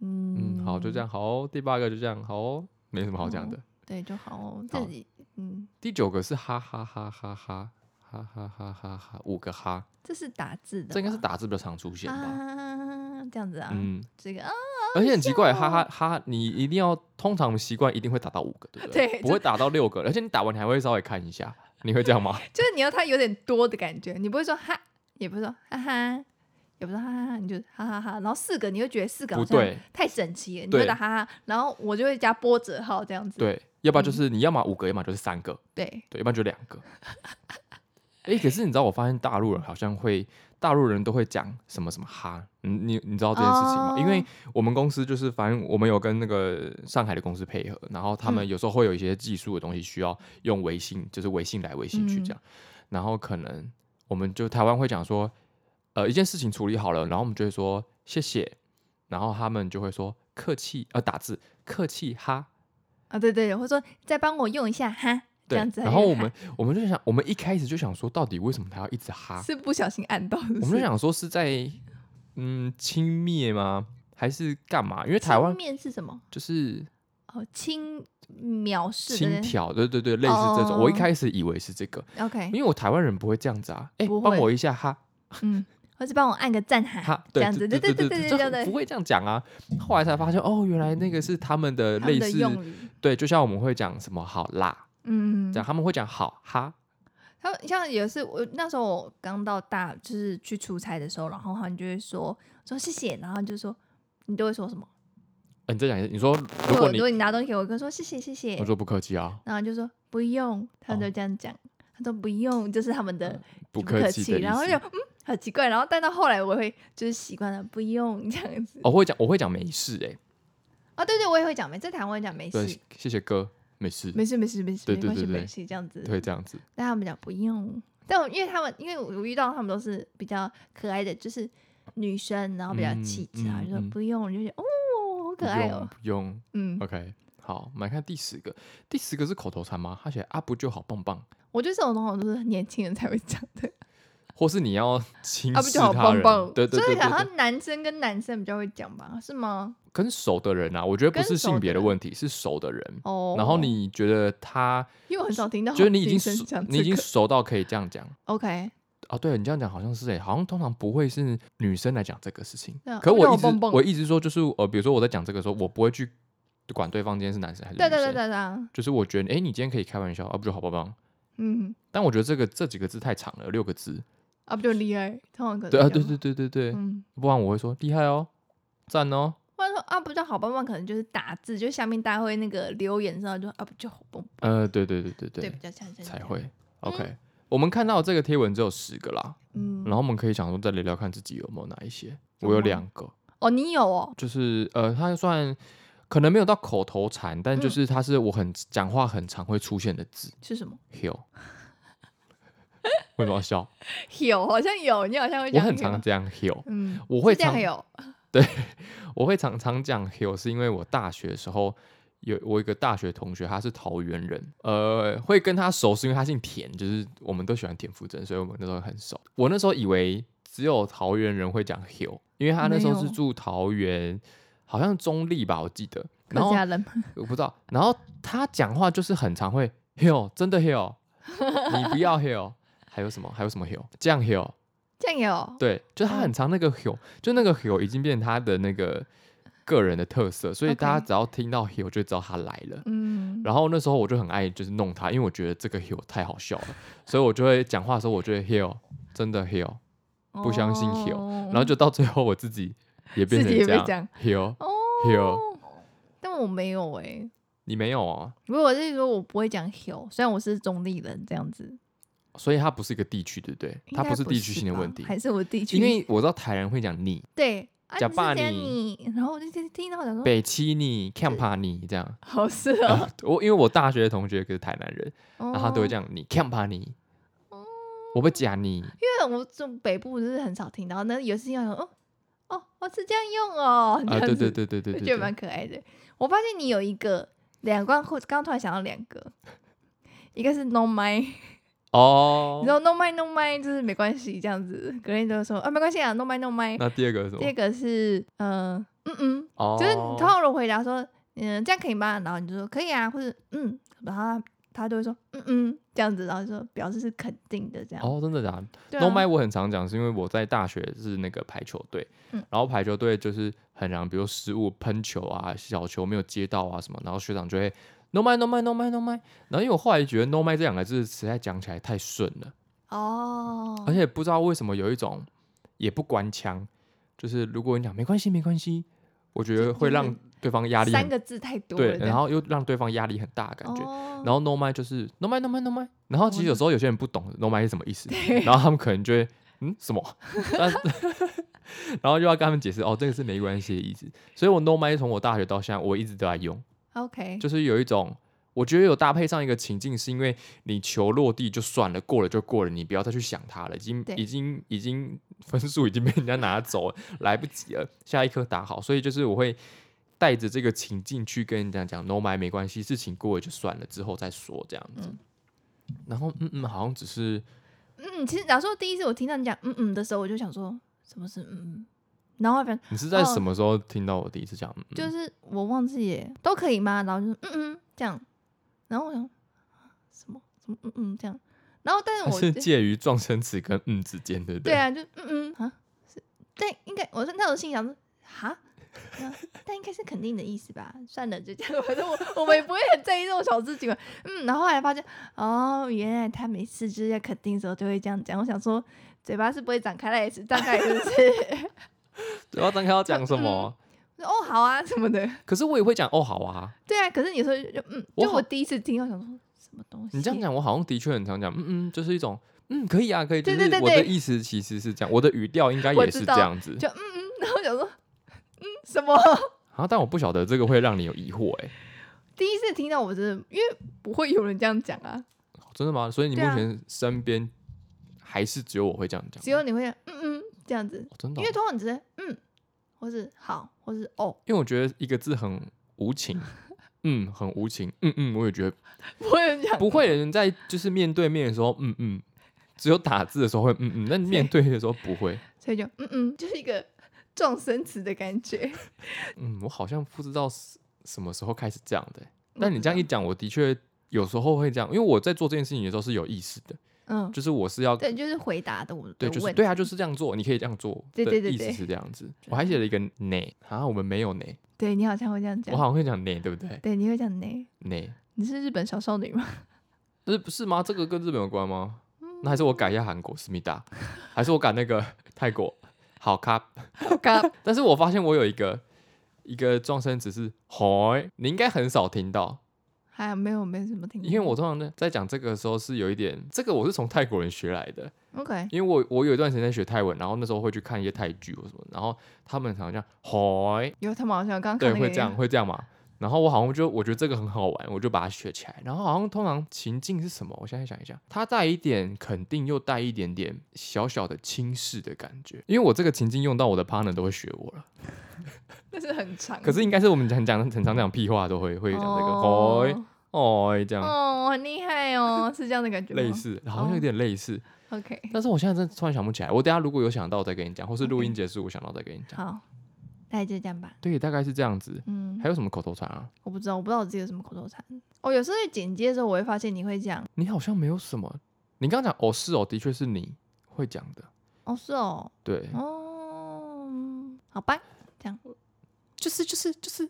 [SPEAKER 1] 嗯，
[SPEAKER 2] 嗯，
[SPEAKER 1] 好，就这，样，好哦，第八个就这样，好哦，没什么好讲的。
[SPEAKER 2] 对，就好哦，
[SPEAKER 1] 好
[SPEAKER 2] 自己，嗯，
[SPEAKER 1] 第九个是哈哈哈哈哈哈哈哈哈哈，五个哈，
[SPEAKER 2] 这是打字的吗，
[SPEAKER 1] 这应该是打字比较常出现吧。
[SPEAKER 2] 啊，这样子啊，
[SPEAKER 1] 嗯，
[SPEAKER 2] 这个啊，
[SPEAKER 1] 而且很奇怪，
[SPEAKER 2] 笑
[SPEAKER 1] 哈哈哈，你一定要通常我们习惯一定会打到五个，对不对？
[SPEAKER 2] 对
[SPEAKER 1] 不会打到六个，而且你打完你还会稍微看一下，你会这样吗？
[SPEAKER 2] 就是你要它有点多的感觉，你不会说哈，也不是说哈哈。也不是哈哈哈，你就哈哈哈，然后四个你就觉得四个好
[SPEAKER 1] 不
[SPEAKER 2] 像
[SPEAKER 1] 对
[SPEAKER 2] 太整齐了，你
[SPEAKER 1] 对
[SPEAKER 2] 会打哈哈，然后我就会加波折号这样子，
[SPEAKER 1] 对，要不然就是你要么五个，要么就是三个，
[SPEAKER 2] 对
[SPEAKER 1] 对，一般就两个。 哎、可是你知道，我发现大陆人好像会，大陆人都会讲什么什么哈，你你你知道这件事情吗？因为我们公司就是，反正我们有跟那个上海的公司配合，然后他们有时候会有一些技术的东西需要用微信，就是微信来微信去这样，然后可能我们就台湾会讲说，呃，一件事情处理好了，然后我们就会说谢谢，然后他们就会说客气，呃，打字客气哈，
[SPEAKER 2] 啊对对，或者说再帮我用一下哈，这
[SPEAKER 1] 对
[SPEAKER 2] 样，子它
[SPEAKER 1] 然
[SPEAKER 2] 就会哈。
[SPEAKER 1] 后我们我们就想，我们一开始就想说，到底为什么他要一直哈？
[SPEAKER 2] 哎是不小心按到，
[SPEAKER 1] 我
[SPEAKER 2] 我
[SPEAKER 1] 们就想说是在嗯轻蔑吗？还是干嘛？因为台湾
[SPEAKER 2] 面是什么？
[SPEAKER 1] 就是
[SPEAKER 2] 哦，轻描视
[SPEAKER 1] 轻
[SPEAKER 2] 的
[SPEAKER 1] 佻，对对对，类似这种。我一
[SPEAKER 2] 哦
[SPEAKER 1] 开始以为是这个，
[SPEAKER 2] 那 OK，
[SPEAKER 1] 因为我台湾人不会这样子啊。哎
[SPEAKER 2] 不，
[SPEAKER 1] 帮
[SPEAKER 2] 会
[SPEAKER 1] 我一下哈
[SPEAKER 2] 嗯，或是帮我按个赞
[SPEAKER 1] 哈
[SPEAKER 2] 哈，，这
[SPEAKER 1] 对
[SPEAKER 2] 样子，
[SPEAKER 1] 对
[SPEAKER 2] 对
[SPEAKER 1] 对
[SPEAKER 2] 对
[SPEAKER 1] 就
[SPEAKER 2] 对
[SPEAKER 1] 很
[SPEAKER 2] 对，
[SPEAKER 1] 不会这样讲啊。后来才发现，哦，原来那个是他们的
[SPEAKER 2] 他
[SPEAKER 1] 类
[SPEAKER 2] 们的
[SPEAKER 1] 似，
[SPEAKER 2] 用语，
[SPEAKER 1] 对，就像我们会讲什么好啦，
[SPEAKER 2] 嗯
[SPEAKER 1] 这，样他们会讲好哈，
[SPEAKER 2] 他们像也是我那时候我刚到大，就是去出差的时候，然后他们就会说说谢谢，然后就说你都会说什么？
[SPEAKER 1] 呃你再讲一下，你说如果
[SPEAKER 2] 如
[SPEAKER 1] 你
[SPEAKER 2] 果你拿东西给我，我就说谢谢谢谢
[SPEAKER 1] 我，说不客气啊，
[SPEAKER 2] 然后就说不用，他们就这样讲，他说不用，就是他们的
[SPEAKER 1] 嗯不
[SPEAKER 2] 客
[SPEAKER 1] 客气的意思。
[SPEAKER 2] 然后就嗯很奇怪，然后但到后来我会就是习惯了不用 这样子。
[SPEAKER 1] 哦，会讲我会讲没事哎、
[SPEAKER 2] 啊，对对，我也会讲没，在台湾我也讲没事
[SPEAKER 1] 对，，谢谢哥，没事，
[SPEAKER 2] 没事没事没事，
[SPEAKER 1] 对
[SPEAKER 2] 没
[SPEAKER 1] 对
[SPEAKER 2] 关系
[SPEAKER 1] 对对
[SPEAKER 2] 没事，这样子。
[SPEAKER 1] 会这样子。
[SPEAKER 2] 但他们讲不用，但我因为他们因为我遇到他们都是比较可爱的，就是女生，然后比较
[SPEAKER 1] 嗯
[SPEAKER 2] 气质啊，
[SPEAKER 1] 嗯
[SPEAKER 2] 就说
[SPEAKER 1] 嗯
[SPEAKER 2] 不用，我就觉得哦，好
[SPEAKER 1] 不
[SPEAKER 2] 可爱
[SPEAKER 1] 用
[SPEAKER 2] 哦，
[SPEAKER 1] 不用
[SPEAKER 2] 嗯，
[SPEAKER 1] ，OK，好，我们来看第十个，第十个是口头禅吗？他写啊不就好棒棒，
[SPEAKER 2] 我觉得这种东西都是年轻人才会讲的，
[SPEAKER 1] 或是你要轻
[SPEAKER 2] 啊不
[SPEAKER 1] 视
[SPEAKER 2] 就好
[SPEAKER 1] 他
[SPEAKER 2] 棒
[SPEAKER 1] 人，
[SPEAKER 2] 棒，
[SPEAKER 1] 对对对
[SPEAKER 2] 所以
[SPEAKER 1] 对
[SPEAKER 2] 好
[SPEAKER 1] 对，
[SPEAKER 2] 像男生跟男生比较会讲吧，是吗？
[SPEAKER 1] 跟熟的人啊，我觉得不
[SPEAKER 2] 跟
[SPEAKER 1] 是
[SPEAKER 2] 熟
[SPEAKER 1] 性
[SPEAKER 2] 的
[SPEAKER 1] 别的
[SPEAKER 2] 人
[SPEAKER 1] 问题，是熟的人。
[SPEAKER 2] 哦，
[SPEAKER 1] 然后你觉得他，
[SPEAKER 2] 因为我很少听到女
[SPEAKER 1] 觉
[SPEAKER 2] 生
[SPEAKER 1] 得
[SPEAKER 2] 讲这个，
[SPEAKER 1] 你已经熟，你已经熟到可以这样讲
[SPEAKER 2] OK，
[SPEAKER 1] 哦，对你这样讲好像是哎，好像通常不会是女生来讲这个事情
[SPEAKER 2] 对啊。
[SPEAKER 1] 可
[SPEAKER 2] 啊不就
[SPEAKER 1] 我
[SPEAKER 2] 好
[SPEAKER 1] 一直
[SPEAKER 2] 棒棒
[SPEAKER 1] 我一直说就是呃，比如说我在讲这个时候，我不会去管对方今天是男生还是女
[SPEAKER 2] 对
[SPEAKER 1] 生。
[SPEAKER 2] 对对对对啊，
[SPEAKER 1] 就是我觉得，哎、你今天可以开玩笑啊，不就好棒棒？
[SPEAKER 2] 嗯，
[SPEAKER 1] 但我觉得这个这几个字太长了，六个字。
[SPEAKER 2] 啊不就厉害，通常可能
[SPEAKER 1] 对啊，
[SPEAKER 2] 这
[SPEAKER 1] 对
[SPEAKER 2] 样
[SPEAKER 1] 对对对对，
[SPEAKER 2] 嗯，
[SPEAKER 1] 不然我会说厉害哦，赞哦。
[SPEAKER 2] 或者说啊不就好棒棒，可能就是打字，就下面大家会那个留言上就啊不就好棒棒，
[SPEAKER 1] 呃，对对对对
[SPEAKER 2] 对，嗯
[SPEAKER 1] 对
[SPEAKER 2] 比，较像这样
[SPEAKER 1] 才，会。OK，、我们看到这个贴文只有十个啦，
[SPEAKER 2] 嗯
[SPEAKER 1] 然，后我们可以想说再聊聊看自己有没有哪一些。
[SPEAKER 2] 有
[SPEAKER 1] 我有
[SPEAKER 2] 吗
[SPEAKER 1] 两个，
[SPEAKER 2] 哦你有哦，
[SPEAKER 1] 就是呃，它算可能没有到口头禅，但就
[SPEAKER 2] 嗯
[SPEAKER 1] 是它是我很讲话很常会出现的字。
[SPEAKER 2] 是什么？
[SPEAKER 1] hill，为什么要笑？
[SPEAKER 2] 有好像有，你好像会
[SPEAKER 1] 我
[SPEAKER 2] 讲，
[SPEAKER 1] 很常这样 hill，
[SPEAKER 2] 嗯，
[SPEAKER 1] 我会
[SPEAKER 2] 是这样
[SPEAKER 1] 常
[SPEAKER 2] 有，
[SPEAKER 1] 我会常常讲 hill，是因为我大学的时候有我有一个大学同学，他是桃园人，呃，会跟他熟是因为他姓田，就是我们都喜欢田馥甄，所以我们那时候很熟。我那时候以为只有桃园人会讲 hill，因为他那时候
[SPEAKER 2] 没
[SPEAKER 1] 是
[SPEAKER 2] 有
[SPEAKER 1] 住桃园，好像中立吧，我记得。然
[SPEAKER 2] 客
[SPEAKER 1] 后
[SPEAKER 2] 家人，
[SPEAKER 1] 我不知道。然后他讲话就是很常会 hill，真的 hill，你不要 hill，还有 什么还有什么 hill，这样 hill，
[SPEAKER 2] 这样有，
[SPEAKER 1] 对，就他
[SPEAKER 2] 嗯
[SPEAKER 1] 很常那个 hill，、就那个 hill 已经变成他的那个个人的特色，所以
[SPEAKER 2] OK
[SPEAKER 1] 大家只要听到 hill 就知道他来了。
[SPEAKER 2] 嗯，
[SPEAKER 1] 然后那时候我就很爱就是弄他，因为我觉得这个 hill 太好笑了，所以我就会讲话的时候我就会 hill，真的 hill，不相信有
[SPEAKER 2] 哦
[SPEAKER 1] 然后就到最后我自己也变
[SPEAKER 2] 自
[SPEAKER 1] 成
[SPEAKER 2] 己也
[SPEAKER 1] 这
[SPEAKER 2] 被
[SPEAKER 1] 样
[SPEAKER 2] 讲
[SPEAKER 1] hill，
[SPEAKER 2] 哦
[SPEAKER 1] hill
[SPEAKER 2] 但我没有哎、
[SPEAKER 1] 你没有哦，
[SPEAKER 2] 如果是说我不会讲 hill，虽然我是中立人这样子，
[SPEAKER 1] 所以它不是一个地区，对不对？
[SPEAKER 2] 应
[SPEAKER 1] 它
[SPEAKER 2] 该
[SPEAKER 1] 不
[SPEAKER 2] 不
[SPEAKER 1] 是地区性的
[SPEAKER 2] 吧
[SPEAKER 1] 问题，
[SPEAKER 2] 还是我地区，
[SPEAKER 1] 因为我知道台人会讲你
[SPEAKER 2] 对啊，
[SPEAKER 1] 假
[SPEAKER 2] 你是
[SPEAKER 1] 扮
[SPEAKER 2] 这样
[SPEAKER 1] 你
[SPEAKER 2] 你，然后我就听听到讲说，
[SPEAKER 1] 北七你 camp 你这样，
[SPEAKER 2] 好是 哦，
[SPEAKER 1] 我因为我大学的同学可是台南人，
[SPEAKER 2] 然
[SPEAKER 1] 然后他都会这，样你 camp 你，我会讲你，
[SPEAKER 2] 哦 因为我这种北部就是很少听到，那有时要说哦哦，我是这样用哦，这
[SPEAKER 1] 啊
[SPEAKER 2] 样
[SPEAKER 1] 对
[SPEAKER 2] 子
[SPEAKER 1] 对对对对
[SPEAKER 2] 我
[SPEAKER 1] 对
[SPEAKER 2] 觉得蛮
[SPEAKER 1] 对，
[SPEAKER 2] 可爱的。我发现你有一个两个，刚刚突然想到两个，一个是 no my。
[SPEAKER 1] 哦
[SPEAKER 2] 你，说 no my no my 就是没关系这样子，格林就说啊没关系啊 no my no my。
[SPEAKER 1] 那第二个是什
[SPEAKER 2] 第二
[SPEAKER 1] 么？
[SPEAKER 2] 个是嗯、呃、嗯嗯，
[SPEAKER 1] 哦，
[SPEAKER 2] 就是你通常如果回答说嗯这样可以吗？然后你就说可以啊，或者嗯，然后他他就会说嗯嗯这样子，然后就说表示是肯定的这样。
[SPEAKER 1] 哦，真的假的？
[SPEAKER 2] 对啊
[SPEAKER 1] no my 我很常讲，是因为我在大学是那个排球队，
[SPEAKER 2] 嗯
[SPEAKER 1] 然后排球队就是很常，比如失误、喷球啊、小球没有接到啊什么，然后学长就会 no my no my no my no my，然后因为我后来觉得 no my 这两个字实在讲起来太顺了。
[SPEAKER 2] 哦，
[SPEAKER 1] 而且不知道为什么有一种也不关腔，就是如果你讲没关系没关系，我觉得会让对方压力
[SPEAKER 2] 三
[SPEAKER 1] 很
[SPEAKER 2] 个字太多了
[SPEAKER 1] 对，
[SPEAKER 2] 这样，
[SPEAKER 1] 然后又让对方压力很大的感觉。
[SPEAKER 2] 哦、
[SPEAKER 1] 然后 no my 就是 no my no my no my，然后其实有时候有些人不懂 no my 是什么意思，
[SPEAKER 2] 哦对
[SPEAKER 1] 然后他们可能就会嗯什么， 但是然后又要跟他们解释哦这个是没关系的意思。所以我 no my 从我大学到现在我一直都在用，
[SPEAKER 2] OK
[SPEAKER 1] 就是有一种，我觉得有搭配上一个情境，是因为你球落地就算了，过了就过了，你不要再去想它了，已经
[SPEAKER 2] 对
[SPEAKER 1] 已经已经分数已经被人家拿走了，来不及了，下一颗打好，所以就是我会带着这个情境去跟人家讲，no my 没关系，事情过了就算了，之后再说这样子。
[SPEAKER 2] 嗯
[SPEAKER 1] 然后嗯嗯，好像只是
[SPEAKER 2] 嗯，其实老实说，第一次我听到你讲嗯嗯的时候，我就想说什么是嗯嗯，然后反正
[SPEAKER 1] 你是在
[SPEAKER 2] 哦
[SPEAKER 1] 什么时候听到我第一次讲？嗯嗯
[SPEAKER 2] 就是我忘记耶，都可以吗？然后就嗯嗯这样，然后我想什么什么嗯嗯这样，然后但是
[SPEAKER 1] 它
[SPEAKER 2] 我
[SPEAKER 1] 是
[SPEAKER 2] 就
[SPEAKER 1] 介于撞声词跟嗯之间，对不
[SPEAKER 2] 对啊，就嗯嗯啊，是对，应该我说那我心里想说哈。 那但应该是肯定的意思吧，算了，就这样。 反正我我们也不会很在意这种小事情嘛。嗯，然后后来发现，哦，原来他每次就是在肯定的时候就会这样讲。我想说，嘴巴是不会张开来，张开来是不是？
[SPEAKER 1] 嘴巴张开要讲什么？
[SPEAKER 2] 说哦，好啊什么的。
[SPEAKER 1] 可是我也会讲哦，好啊。
[SPEAKER 2] 对啊，可是你说就嗯，
[SPEAKER 1] 我
[SPEAKER 2] 就
[SPEAKER 1] 好
[SPEAKER 2] 我第一次听，我想说什么东西？
[SPEAKER 1] 你这样，讲，我好像的确很常讲，嗯嗯，就是一种，嗯，可以啊，可以，
[SPEAKER 2] 对
[SPEAKER 1] 就是
[SPEAKER 2] 对对
[SPEAKER 1] 我的
[SPEAKER 2] 对
[SPEAKER 1] 意思其实是这样，我的语调应该
[SPEAKER 2] 我
[SPEAKER 1] 也
[SPEAKER 2] 知
[SPEAKER 1] 是
[SPEAKER 2] 道
[SPEAKER 1] 这样子
[SPEAKER 2] 就嗯嗯， 然后想说嗯什么？
[SPEAKER 1] 啊，但我不晓得这个会让你有疑惑、欸，
[SPEAKER 2] 第一次听到我真的，因为不会有人这样讲啊，
[SPEAKER 1] 哦真的吗？所以你目
[SPEAKER 2] 对啊
[SPEAKER 1] 前身边还是只有我会这样讲吗，
[SPEAKER 2] 只有你会嗯嗯这样子，
[SPEAKER 1] 哦真的
[SPEAKER 2] 因
[SPEAKER 1] 哦、
[SPEAKER 2] 为通常你只是嗯，或是好，或是哦，
[SPEAKER 1] 因为我觉得一个字很无 情，嗯，很无情，嗯嗯，我也觉得
[SPEAKER 2] 不会有人 讲
[SPEAKER 1] 不会有人在就是面对面的时候，嗯嗯，只有打字的时候会嗯嗯，那面对的时候不会，
[SPEAKER 2] 所以就嗯嗯，就是一个 撞声词的感觉。
[SPEAKER 1] 嗯，我好像不知道是什么时候开始这样的欸、
[SPEAKER 2] 我
[SPEAKER 1] 但你
[SPEAKER 2] 不
[SPEAKER 1] 这样
[SPEAKER 2] 知
[SPEAKER 1] 一讲，我的确有时候会这样，因为我在做这件事情的时候是有意识的，
[SPEAKER 2] 嗯，
[SPEAKER 1] 就是我是要
[SPEAKER 2] 对，就是回答的我的
[SPEAKER 1] 对，就是
[SPEAKER 2] 问
[SPEAKER 1] 对啊，
[SPEAKER 2] 题
[SPEAKER 1] 就是这样做，你可以这样做，
[SPEAKER 2] 对对对
[SPEAKER 1] 意思
[SPEAKER 2] 对
[SPEAKER 1] 是这样子。
[SPEAKER 2] 对
[SPEAKER 1] 我还写了一个呢，啊，我们没有呢，
[SPEAKER 2] 对你好像会这样讲
[SPEAKER 1] 我，好像会讲呢，对不对？
[SPEAKER 2] 对，你会讲呢？
[SPEAKER 1] 呢，
[SPEAKER 2] 你是日本小少女吗？
[SPEAKER 1] 不是不是吗？这个跟日本有关吗？那还是我改一下韩国思密达，还是我改那 个泰国好咖？
[SPEAKER 2] 刚
[SPEAKER 1] 但是我发现我有一个一个撞声词是“嗨”，你应该很少听到，
[SPEAKER 2] 还没有没什么听过，
[SPEAKER 1] 因为我通常呢在讲这个的时候是有一点，这个我是从泰国人学来的，
[SPEAKER 2] OK
[SPEAKER 1] 因为我我有一段时间在学泰文，然后那时候会去看一些泰剧或什么，然后他们常常这样“嗨”，
[SPEAKER 2] 有他们好像刚刚
[SPEAKER 1] 对，
[SPEAKER 2] 看那
[SPEAKER 1] 会
[SPEAKER 2] 个
[SPEAKER 1] 这样，会这样嘛。然后我好像就我觉得这个很好玩，我就把它学起来。然后好像通常情境是什么？我现在想一下，它带一点肯定，又带一点点小小的轻视的感觉。因为我这个情境用到我的 partner 都会学我了。
[SPEAKER 2] 但是很长，
[SPEAKER 1] 可是应该是我们很讲很常讲屁话都会会讲这个，
[SPEAKER 2] 哦
[SPEAKER 1] 哦哦这样
[SPEAKER 2] 哦，很厉害 哦，是这样的感觉吗？
[SPEAKER 1] 类似，好像
[SPEAKER 2] 哦
[SPEAKER 1] 有点类似。
[SPEAKER 2] OK，
[SPEAKER 1] 但是我现在真的突然想不起来，我等一下如果有想到再跟你讲，或是录音结束我想到再跟你讲。
[SPEAKER 2] 好，大概就这样吧。
[SPEAKER 1] 对，大概是这样子。
[SPEAKER 2] 嗯
[SPEAKER 1] 还，有什么口头禅啊？
[SPEAKER 2] 我不知道，我不知道我自己有什么口头禅。哦，有时候在剪接的时候，我会发现你会讲，
[SPEAKER 1] 你好像没有什么。你刚刚讲哦是哦，的确是你会讲的。
[SPEAKER 2] 哦是哦，
[SPEAKER 1] 对，
[SPEAKER 2] 哦，嗯好吧，
[SPEAKER 1] 就是就是就是，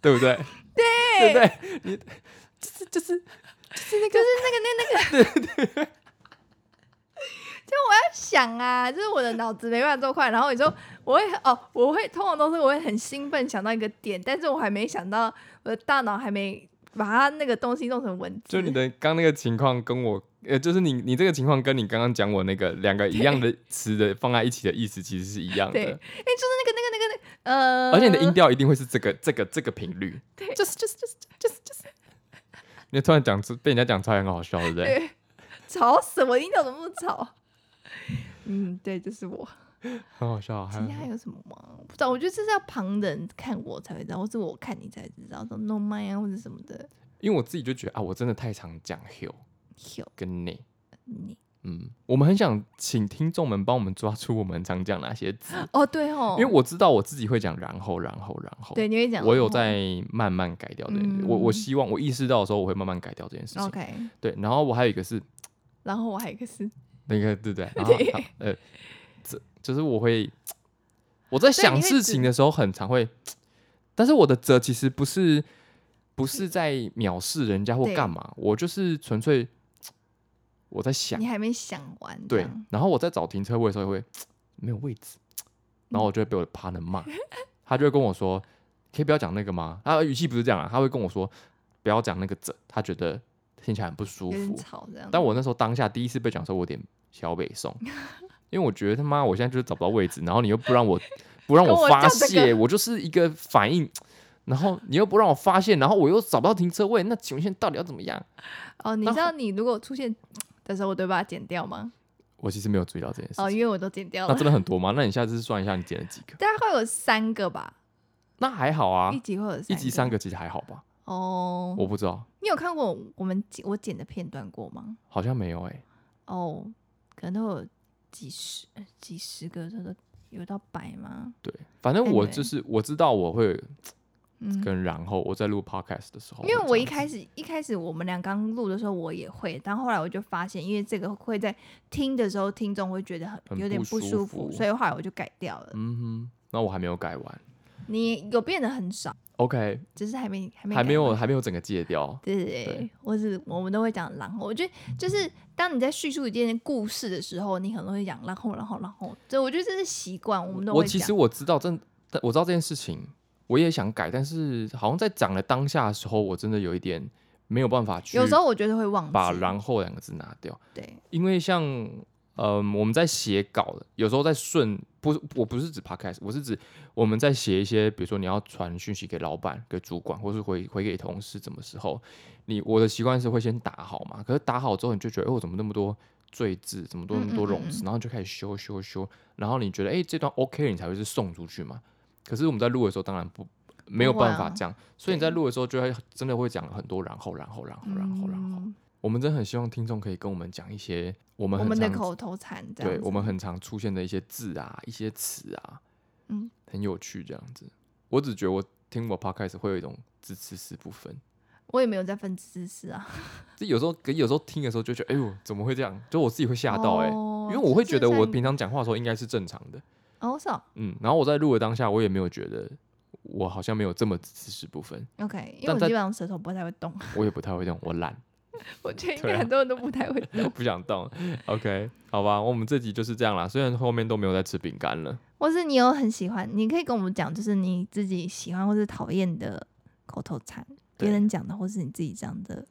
[SPEAKER 1] 对不对？对不对？你就是就是
[SPEAKER 2] 就是那个，就是那个那那个，就我要想啊，就是我的脑子没办法这么快，然后你说我会哦，我会通常都是我会很兴奋想到一个点，但是我还没想到，我的大脑还没把它那个东西弄成文字，
[SPEAKER 1] 就你的刚那个情况跟我，呃，就是你你这个情况跟你刚刚讲我那个两个一样的词的放在一起的意思其实是一样
[SPEAKER 2] 对，哎、
[SPEAKER 1] 的，
[SPEAKER 2] 就是那个那个那个那呃，
[SPEAKER 1] 而且你的音调一定会是这个这个这个频率。
[SPEAKER 2] 对， 就是就是就是就是就是
[SPEAKER 1] 你突然讲出被人家讲出来很好笑，对不对？
[SPEAKER 2] 对， 吵死我，音调怎么那么吵？嗯，对，就是我。
[SPEAKER 1] 很好笑啊。还
[SPEAKER 2] 其他
[SPEAKER 1] 有
[SPEAKER 2] 有什么吗？不知道，我觉得这是要旁人看我才会知道，或是我看你才知道，说 no my 啊或者什么的。
[SPEAKER 1] 因为我自己就觉得啊，我真的太常讲 hill
[SPEAKER 2] 有
[SPEAKER 1] 跟 ne。
[SPEAKER 2] 你
[SPEAKER 1] 嗯，我们很想请听众们帮我们抓出我们常讲哪些字，
[SPEAKER 2] 哦，对哦，
[SPEAKER 1] 因为我知道我自己会讲然后，然后，然后。
[SPEAKER 2] 对你会讲，
[SPEAKER 1] 我有
[SPEAKER 2] 哦
[SPEAKER 1] 在慢慢改掉这件事，我我
[SPEAKER 2] 嗯
[SPEAKER 1] 希望我意识到的时候，我会慢慢改掉这件事情。
[SPEAKER 2] OK，
[SPEAKER 1] 对，然后我还有一个是
[SPEAKER 2] 然后我还有一个是，
[SPEAKER 1] 那个对不 对？然后
[SPEAKER 2] 对
[SPEAKER 1] 啊呃，这就是我会我在
[SPEAKER 2] 所以
[SPEAKER 1] 想
[SPEAKER 2] 你会
[SPEAKER 1] 事
[SPEAKER 2] 指
[SPEAKER 1] 情的时候很常会，但是我的责其实不是不是在藐视人家或
[SPEAKER 2] 对
[SPEAKER 1] 干嘛，我就是纯粹我在想
[SPEAKER 2] 你，还没想完，这
[SPEAKER 1] 对
[SPEAKER 2] 样，
[SPEAKER 1] 然后我在找停车位的时候也会没有位置，然后我就会被我的 partner 骂，他就会跟我说，可以不要讲那个吗？他语气不是这样啊，他会跟我说不要讲那个字，他觉得听起来很不舒
[SPEAKER 2] 有点
[SPEAKER 1] 服。
[SPEAKER 2] 吵这样。
[SPEAKER 1] 但我那时候当下第一次被讲的时候，我有点小北宋， 因为我觉得他妈我现在就是找不到位置，然后你又不让我不让
[SPEAKER 2] 跟
[SPEAKER 1] 我
[SPEAKER 2] 我
[SPEAKER 1] 发
[SPEAKER 2] 讲这
[SPEAKER 1] 泄，
[SPEAKER 2] 个
[SPEAKER 1] 我就是一个反应，然后你又不让我发泄，然后我又找不到停车位，那请问现在到底要怎么样？
[SPEAKER 2] 哦，你
[SPEAKER 1] 但
[SPEAKER 2] 知道你如果出现的时候，我都会把它剪掉吗？
[SPEAKER 1] 我其实没有注意到这件事
[SPEAKER 2] 哦，
[SPEAKER 1] 情。
[SPEAKER 2] 因为我都剪掉
[SPEAKER 1] 那
[SPEAKER 2] 了，
[SPEAKER 1] 真的很多吗？那你下次算一下，你捡了几个？
[SPEAKER 2] 大概会有三个吧，
[SPEAKER 1] 那还好啊
[SPEAKER 2] 一，集会有
[SPEAKER 1] 一集三
[SPEAKER 2] 个。
[SPEAKER 1] 个其实还好吧？
[SPEAKER 2] 哦，
[SPEAKER 1] 我不知道，
[SPEAKER 2] 你有看过我们剪我剪的片段过吗？
[SPEAKER 1] 好像没有哎、
[SPEAKER 2] 哦，可能都有几十呃几十个，真的有到百吗？
[SPEAKER 1] 对，反正我
[SPEAKER 2] Anyway
[SPEAKER 1] 就是我知道我会
[SPEAKER 2] 嗯，
[SPEAKER 1] 跟然后我在录 podcast 的时候，
[SPEAKER 2] 因为我一
[SPEAKER 1] 开
[SPEAKER 2] 开始一开始我们俩刚录的时候我也会，但后来我就发现，因为这个会在听的时候听众会觉得
[SPEAKER 1] 很
[SPEAKER 2] 很有点
[SPEAKER 1] 不
[SPEAKER 2] 不
[SPEAKER 1] 舒
[SPEAKER 2] 舒
[SPEAKER 1] 服
[SPEAKER 2] 服，所以后来我就改掉了。
[SPEAKER 1] 嗯哼，那我还没有改完
[SPEAKER 2] 你有变得很少，
[SPEAKER 1] ，OK，
[SPEAKER 2] 只是还没还没
[SPEAKER 1] 还
[SPEAKER 2] 改
[SPEAKER 1] 没有
[SPEAKER 2] 完。
[SPEAKER 1] 还没有整个戒掉，
[SPEAKER 2] 对对
[SPEAKER 1] 对嗯
[SPEAKER 2] 对，或是我们都会讲然后，我觉得就是当你在叙述一件故事的时候，你很容易讲然后然后然后，这我觉得这是习惯，我们都
[SPEAKER 1] 我
[SPEAKER 2] 会
[SPEAKER 1] 其
[SPEAKER 2] 讲
[SPEAKER 1] 实。我知道真，但我知道这件事情，我也想改，但是好像在讲的当下的时候，我真的有一点没有办法去
[SPEAKER 2] 有时候我觉得会忘记，
[SPEAKER 1] 把然后两个字拿掉。
[SPEAKER 2] 对
[SPEAKER 1] 因为像嗯，我们在写稿的，有时候在顺不是，我不是指 podcast，我是指我们在写一些，比如说你要传讯息给老板、给主管，或是回回给同事，怎么时候，你我的习惯是会先打好嘛，可是打好之后，你就觉得，哎、我怎么那么多赘字，怎么多那么多
[SPEAKER 2] 嗯嗯
[SPEAKER 1] 冗
[SPEAKER 2] 嗯
[SPEAKER 1] 词，然后你就开始修修修，然后你觉得，哎、这段 OK，你才会是送出去嘛。可是我们在录的时候，当然不没有
[SPEAKER 2] 不会
[SPEAKER 1] 办法
[SPEAKER 2] 啊
[SPEAKER 1] 这样，所以你在录的时候就会真的会讲很多然后，然后，然后，然后，然后。我们真的很希望听众可以跟我们讲一些我们
[SPEAKER 2] 嗯我
[SPEAKER 1] 很
[SPEAKER 2] 们的
[SPEAKER 1] 常
[SPEAKER 2] 口头禅这样
[SPEAKER 1] 对
[SPEAKER 2] 子。
[SPEAKER 1] 我们很常出现的一些字啊、一些词啊，
[SPEAKER 2] 嗯，
[SPEAKER 1] 很有趣这样子。我只觉得我听我 podcast 会有一种知吃四不分，
[SPEAKER 2] 我也没有在分芝士啊，
[SPEAKER 1] 这有时候可有时候听的时候就觉得，哎呦，怎么会这样？就我自己会吓到哎、
[SPEAKER 2] 哦
[SPEAKER 1] 因为我会觉得
[SPEAKER 2] 就是
[SPEAKER 1] 我
[SPEAKER 2] 像
[SPEAKER 1] 平常讲话的时候应该是正常的，
[SPEAKER 2] 哦是哦
[SPEAKER 1] 嗯，然后我在录的当下，我也没有觉得我好像没有这么知识不分，
[SPEAKER 2] ，OK，因为
[SPEAKER 1] 但
[SPEAKER 2] 我
[SPEAKER 1] 在
[SPEAKER 2] 基本上舌头不太会动，
[SPEAKER 1] 我也不太会动，我懒，
[SPEAKER 2] 我觉得应
[SPEAKER 1] 对啊
[SPEAKER 2] 该很多人都不太会动。
[SPEAKER 1] 不想动。OK，好吧，我们这集就是这样啦。虽然后面都没有在吃饼干了，
[SPEAKER 2] 或是你有很喜欢，你可以跟我们讲，就是你自己喜欢或是讨厌的口头禅，
[SPEAKER 1] 对
[SPEAKER 2] 别人讲的或是你自己讲的，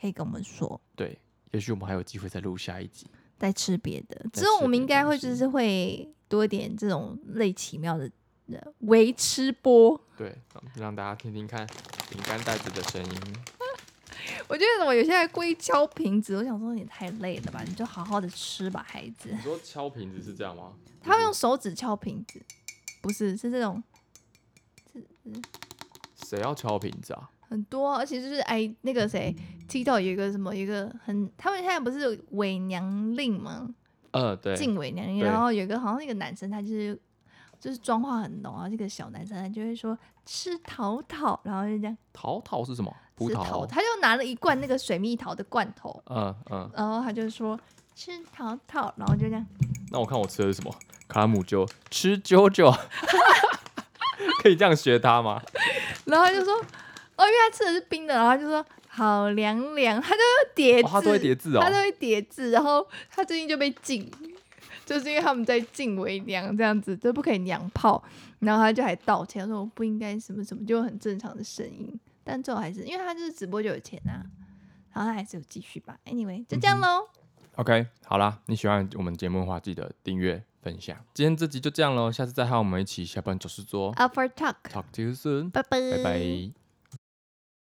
[SPEAKER 2] 可以跟我们说。
[SPEAKER 1] 对，也许我们还有机会再录下一集。
[SPEAKER 2] 在吃别的，
[SPEAKER 1] 再
[SPEAKER 2] 之后
[SPEAKER 1] 吃
[SPEAKER 2] 我们
[SPEAKER 1] 别
[SPEAKER 2] 应
[SPEAKER 1] 的
[SPEAKER 2] 该
[SPEAKER 1] 东
[SPEAKER 2] 会
[SPEAKER 1] 西
[SPEAKER 2] 就是会多一点这种类奇妙的呃微吃播。
[SPEAKER 1] 对，让大家听听看饼干袋子的声音。
[SPEAKER 2] 我觉得怎么有些还故意敲瓶子，我想说你太累了吧，你就好好的吃吧，孩子嗯
[SPEAKER 1] 你。说敲瓶子是这样吗？
[SPEAKER 2] 他会用手指敲瓶子，不是是这种
[SPEAKER 1] 谁要敲瓶子啊？
[SPEAKER 2] 很多，而且就是哎那个谁，TikTok 有一个什么有一个很，他们现在不是有伪娘令吗？
[SPEAKER 1] 呃，对，
[SPEAKER 2] 敬伪娘令，
[SPEAKER 1] 对
[SPEAKER 2] 然后有一个好像那个男生他就是。就是妆化很浓，然后这个小男生他就会说吃桃桃，然后就这样
[SPEAKER 1] 桃桃是什么？葡
[SPEAKER 2] 吃
[SPEAKER 1] 萄哦
[SPEAKER 2] 桃，。他就拿了一罐那个水蜜桃的罐头，
[SPEAKER 1] 嗯嗯，
[SPEAKER 2] 然后他就说吃桃桃，然后就这样，
[SPEAKER 1] 那我看我吃的是什么？卡姆鸠，吃啾 啾，可以这样学他吗？
[SPEAKER 2] 然后他就说哦，因为他吃的是冰的，然后他就说好凉凉，他就会叠
[SPEAKER 1] 哦，
[SPEAKER 2] 字，
[SPEAKER 1] 他都会叠字哦
[SPEAKER 2] 他。都会叠字，然后他最近就被禁， 就是因为他们在禁为娘这样子，就不可以娘炮，然后他就还道歉说我不应该什么什么，就很正常的声音，但最后还是因为他就是直播就有钱啊，然后他还是有继续吧，anyway 就这样喽。
[SPEAKER 1] OK，好啦，你喜欢我们节目的话，记得订阅、分享。今天这集就这样喽，下次再和我们一起下班九十桌。
[SPEAKER 2] 啊 Up for talk，
[SPEAKER 1] Talk to you soon，
[SPEAKER 2] 拜拜，
[SPEAKER 1] 拜拜。